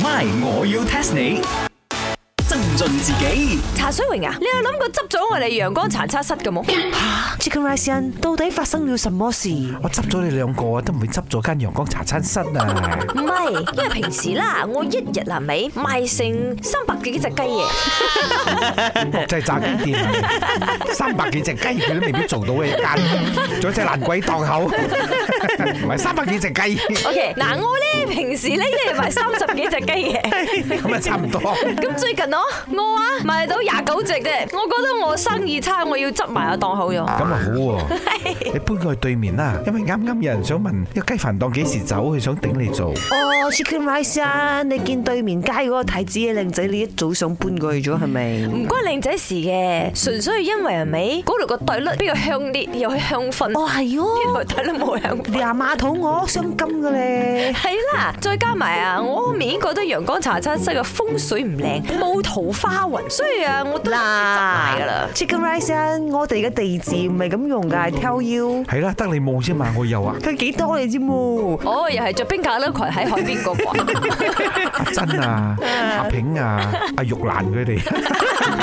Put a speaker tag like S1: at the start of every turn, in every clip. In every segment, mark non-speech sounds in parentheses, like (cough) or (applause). S1: My，我要 test 你。增進自己
S2: 茶水榮啊，你有諗過執咗我哋陽光茶餐室嘅冇？
S3: Chicken Rice Inn，到底發生了什麼事？
S4: 我執咗你兩個啊，都唔會執咗間陽光茶餐室啊！
S1: (laughs)
S2: 唔係，因為平時啦，我一日啊咪賣成三百幾隻雞嘅，
S1: (laughs)
S4: 國際炸雞店三百幾隻雞，佢都未必做到嘅一間，仲有隻爛鬼檔口，唔係三百幾隻雞，
S1: (laughs)
S2: OK，嗱我咧平時咧一日賣三十幾隻雞嘅，
S4: 咁啊差唔多。
S2: 咁最近我我啊賣到廿九隻啫，我覺得我生意差，我要執埋個檔口咗。
S4: 咁啊好喎，你搬過去對面啦，因為啱啱有人想問個雞飯檔幾時走，佢想頂你做。
S3: 哦，Chicken Rice Inn，你見對面街嗰個太子嘅靚仔，你一早想搬過去咗係咪？
S2: 唔關靚仔事嘅，純粹係因為係咪嗰度個袋率比較香啲，有香薰。
S3: 哦係
S2: 呢 (laughs)
S3: 哦，
S2: 個袋率冇香薰。
S3: 你阿媽肚餓傷金嘅
S2: (laughs)
S3: 咧。
S2: 係啦，再加埋啊，我明顯覺得陽光茶餐室嘅風水唔靚，冇桃花運，所以啊，我都執埋㗎啦。
S3: Chicken Rice Inn，我哋嘅地址唔係咁用㗎係，tell you，
S4: 係啦，得你冇啫嘛，我有啊。
S3: 佢幾多你知冇？
S2: 哦，又係着冰格褸裙喺海邊嗰個，
S4: 阿珍
S1: (laughs)
S4: 啊，阿平啊，阿玉蘭佢哋，
S2: (laughs)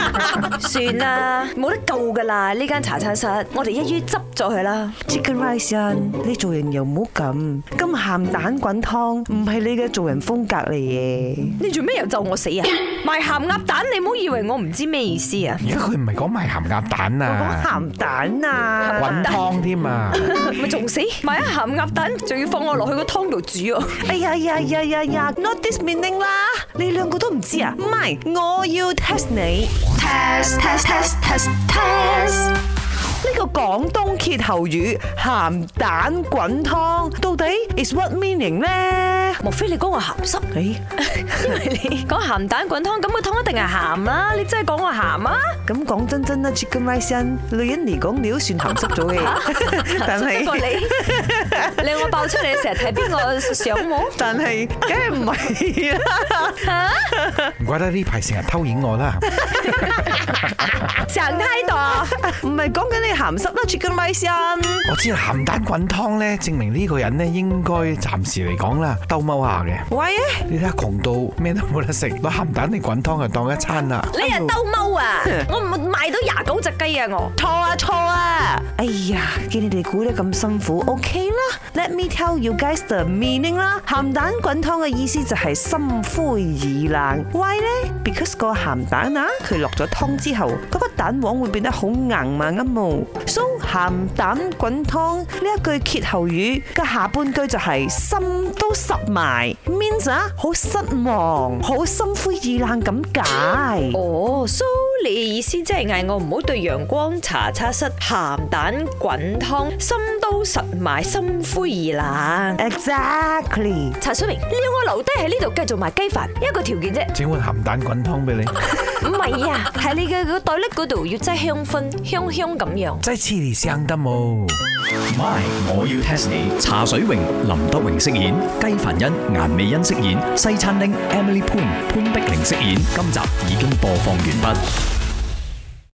S2: 算啦，冇得救噶啦！呢間茶餐室，我哋一於執咗佢啦。
S3: Chicken rice 啊，你做人又唔好咁，咁鹹蛋滾湯唔係你嘅做人風格嚟嘅。
S2: 你做咩又咒我死啊？賣鹹鴨蛋，你唔好以為我唔知咩意思啊！
S4: 而家佢唔係講賣鹹鴨
S1: (laughs)
S4: 蛋
S3: 我講
S4: 啊，
S3: 鹹蛋啊，
S4: 滾湯添啊，
S2: (laughs) 咪仲死？賣咗鹹鴨蛋，仲要放我落去個湯度煮喎。
S3: 哎呀呀呀呀呀，not this meaning 啦，你兩個都唔知啊？唔係，我要 test 你。
S5: test test test test test
S3: 呢個廣東歇後語鹹蛋滾湯到底 is what meaning 呢？
S2: 莫非你講我鹹濕？
S3: 誒，
S2: 因為你講鹹蛋滾湯，咁個湯一定係鹹啦。你真係講我鹹啊？
S3: 咁講真真啦，Chicken rice 啊女人嚟講你都算鹹濕咗 (laughs) 嘅，但
S2: 不過
S3: 係。
S2: 你，你話我爆出嚟成日睇邊個相冇？
S3: 但係梗係唔 (laughs) 係啦。
S4: (laughs) 唔怪得呢排成日偷影我啦。
S2: 成態度。
S3: 唔係講緊你鹹濕啦，Chicken Rice 啊！
S4: 我知啦鹹蛋滾湯咧，證明呢個人咧應該暫時嚟講啦，兜踎下嘅。
S3: 喂，
S4: 你睇下窮到咩都冇得食，攞鹹蛋嚟滾湯就當一餐啦。
S2: 你係兜踎啊！我唔賣到廿九隻雞啊！我
S3: 錯啊錯啊！哎呀，見你哋估得咁辛苦，OK 啦，Let me tell you guys the meaning 啦。鹹蛋滾湯嘅意思就係心灰意冷。Why 呢？Because 個鹹蛋啊，佢落咗湯之後，嗰個蛋黃會變得好硬嘛，啱冇？So 鹹蛋滾湯呢一句歇後語嘅下半句就係心都濕埋，means 啊好失望，好心灰意冷咁解。
S2: 哦，so 你嘅意思即係嗌我唔好對陽光茶餐室鹹蛋滾湯心都實埋，心灰意冷。
S3: Exactly，
S2: 茶水明，你要我留低喺呢度繼續賣雞飯，一個條件啫。
S4: 整碗鹹蛋滾湯俾你，
S2: 唔係啊，喺你嘅個袋粒嗰度要擠香薰，香香咁樣。
S4: 真係黐你聲得冇。
S1: ，My，我要 test 你。茶水榮、林德榮飾演，雞凡欣、顏美欣飾演，西餐廳 Emily Poon 潘碧玲飾演。今集已經播放完畢。